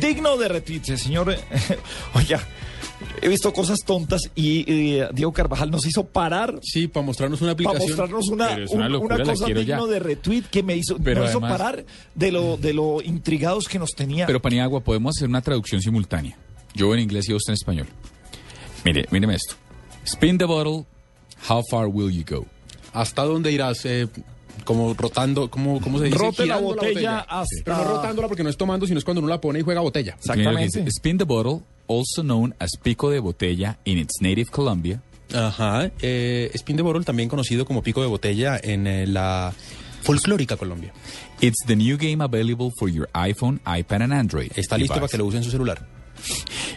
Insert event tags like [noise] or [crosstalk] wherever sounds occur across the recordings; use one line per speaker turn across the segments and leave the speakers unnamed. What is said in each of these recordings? digno de retuite, señor. [laughs] Oiga, he visto cosas tontas y, y, Diego Carvajal nos hizo parar.
Sí, para mostrarnos una aplicación.
Para mostrarnos una,
Pero es una
un-
locura,
una
la
cosa
quiero
digno
ya.
de retweet que me hizo,
Pero
nos hizo
además-
parar de lo, de lo intrigados que nos tenía.
Pero Paniagua, podemos hacer una traducción simultánea. Yo en inglés y usted en español. Mire, míreme esto. Spin the bottle, how far will you go?
¿Hasta dónde irás? Eh, como rotando, ¿cómo, cómo se dice?
Rote la
Girando
botella hasta-
Pero no rotándola porque no es tomando, sino es cuando uno la pone y juega botella.
Mire lo que dice.
Exactamente.
Spin the bottle, also known as pico de botella in its native Colombia,
Ajá. Eh, spin de Borol, también conocido como pico de botella en eh, la folclórica Colombia.
It's the new game available for your iPhone, iPad, and Android.
Está listo para que lo use en su celular.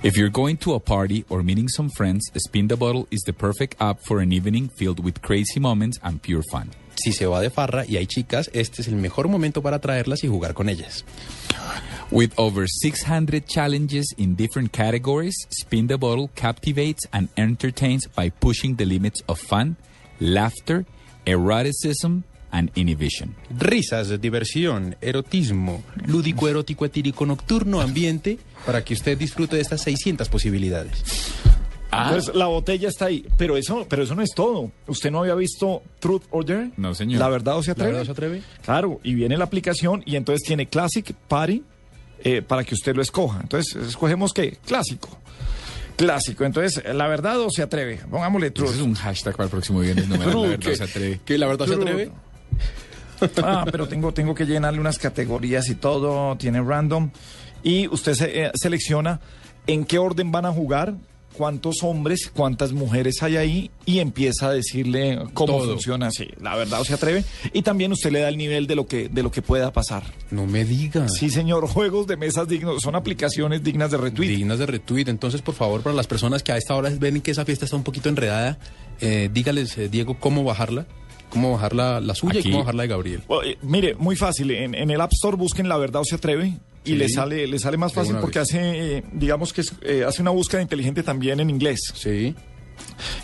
If you're going to a party or meeting some friends, Spin the Bottle is the perfect app for an evening filled with crazy moments and pure fun.
Si se va de farra y hay chicas, este es el mejor momento para traerlas y jugar con ellas.
With over 600 challenges in different categories, Spin the Bottle captivates and entertains by pushing the limits of fun, laughter, eroticism, and inhibition.
Risas, diversión, erotismo, lúdico, erótico, etírico, nocturno, ambiente, para que usted disfrute de estas 600 posibilidades. ah.
Entonces la botella está ahí, pero eso, pero eso no es todo. ¿Usted no había visto Truth or Dare?
No, señor.
La verdad o se atreve.
¿La verdad o se atreve?
Claro, y viene la aplicación y entonces tiene Classic Party eh, para que usted lo escoja. Entonces escogemos qué, clásico, clásico. Entonces la verdad o se atreve. Pongámosle
Ese es
Truth.
un hashtag para el próximo viernes, no me la verdad,
que,
se atreve.
que la verdad se
Truth.
atreve.
Ah, pero tengo, tengo que llenarle unas categorías y todo, tiene random. Y usted se, eh, selecciona en qué orden van a jugar, cuántos hombres, cuántas mujeres hay ahí y empieza a decirle cómo
Todo.
funciona así. La verdad, o se atreve. Y también usted le da el nivel de lo que, de lo que pueda pasar.
No me diga.
Sí, señor, juegos de mesas dignos, son aplicaciones dignas de retweet.
Dignas de retweet. Entonces, por favor, para las personas que a esta hora ven que esa fiesta está un poquito enredada, eh, dígales, eh, Diego, cómo bajarla. Cómo bajar la, la suya y
Aquí.
cómo bajar la de Gabriel.
Bueno, eh, mire, muy fácil. En, en el App Store busquen La Verdad o se atreve. Y
Sí.
le sale, le sale más
De
fácil
una
porque
vez.
hace, eh, digamos que es, eh, hace una búsqueda inteligente también en inglés.
Sí.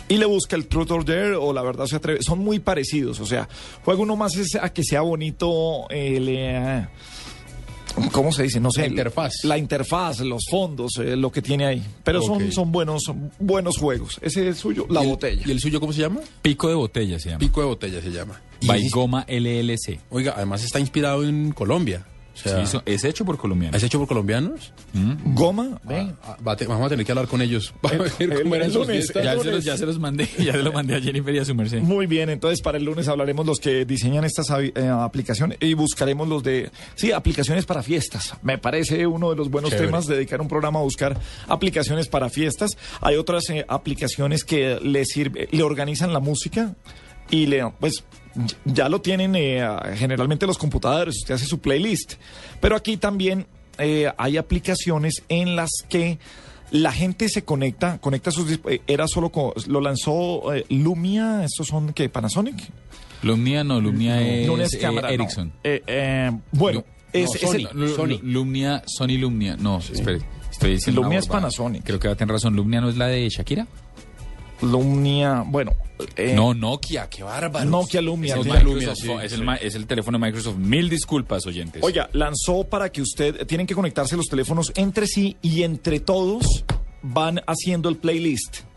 y le busca el Truth or Dare o la verdad se atreve. Son muy parecidos, o sea, juega uno más es a que sea bonito el... eh, ¿Cómo se dice? No sé.
La interfaz.
La interfaz, los fondos, eh, lo que tiene ahí. Pero
Ok.
son, son buenos son buenos juegos. Ese es suyo, la
¿Y el-
botella.
¿Y el suyo cómo se llama?
Pico de botella se llama.
Pico de botella se llama.
By
Y-
Goma LLC.
Oiga, además está inspirado en Colombia. O sea,
Sí, eso- es hecho por colombianos.
¿Es hecho por colombianos?
Goma, ve.
Ah, va a te- vamos a tener que hablar con ellos. [laughs] Va a ver
el-
cómo eran
el
sus
lunes,
fiestas.
el
Ya se, los, ya se los mandé, ya se lo mandé a Jennifer y a su merced.
Muy bien, entonces para el lunes hablaremos los que diseñan estas avi- eh, aplicaciones y buscaremos los de, sí, aplicaciones para fiestas. Me parece uno de los buenos
Chévere.
temas, dedicar un programa a buscar aplicaciones para fiestas. Hay otras eh, aplicaciones que le, sirve, le organizan la música y le, pues... y- Ya lo tienen eh, generalmente los computadores, usted hace su playlist. Pero aquí también eh, hay aplicaciones en las que la gente se conecta, conecta sus disp- eh, era solo co- lo lanzó eh, Lumia, estos son que Panasonic,
Lumnia no, Lumnia es,
no es
eh,
cámara, no.
Ericsson.
Eh, eh, bueno,
No,
es,
no,
es el-
Sony.
Lu- Lu- Lumnia, Sony Lumnia. No, espere. Estoy diciendo
Lumnia
una
es
barbada.
Panasonic.
Creo que va a tener razón. ¿Lumnia no es la de Shakira?
Lumia, bueno, eh,
no, Nokia, qué bárbaro.
Nokia Lumia,
Es el,
sí.
Microsoft,
Lumia, sí,
es,
sí.
el, ma- es el teléfono de Microsoft. Mil disculpas, oyentes.
Oiga, lanzó para que usted tienen que conectarse los teléfonos entre sí y entre todos van haciendo el playlist.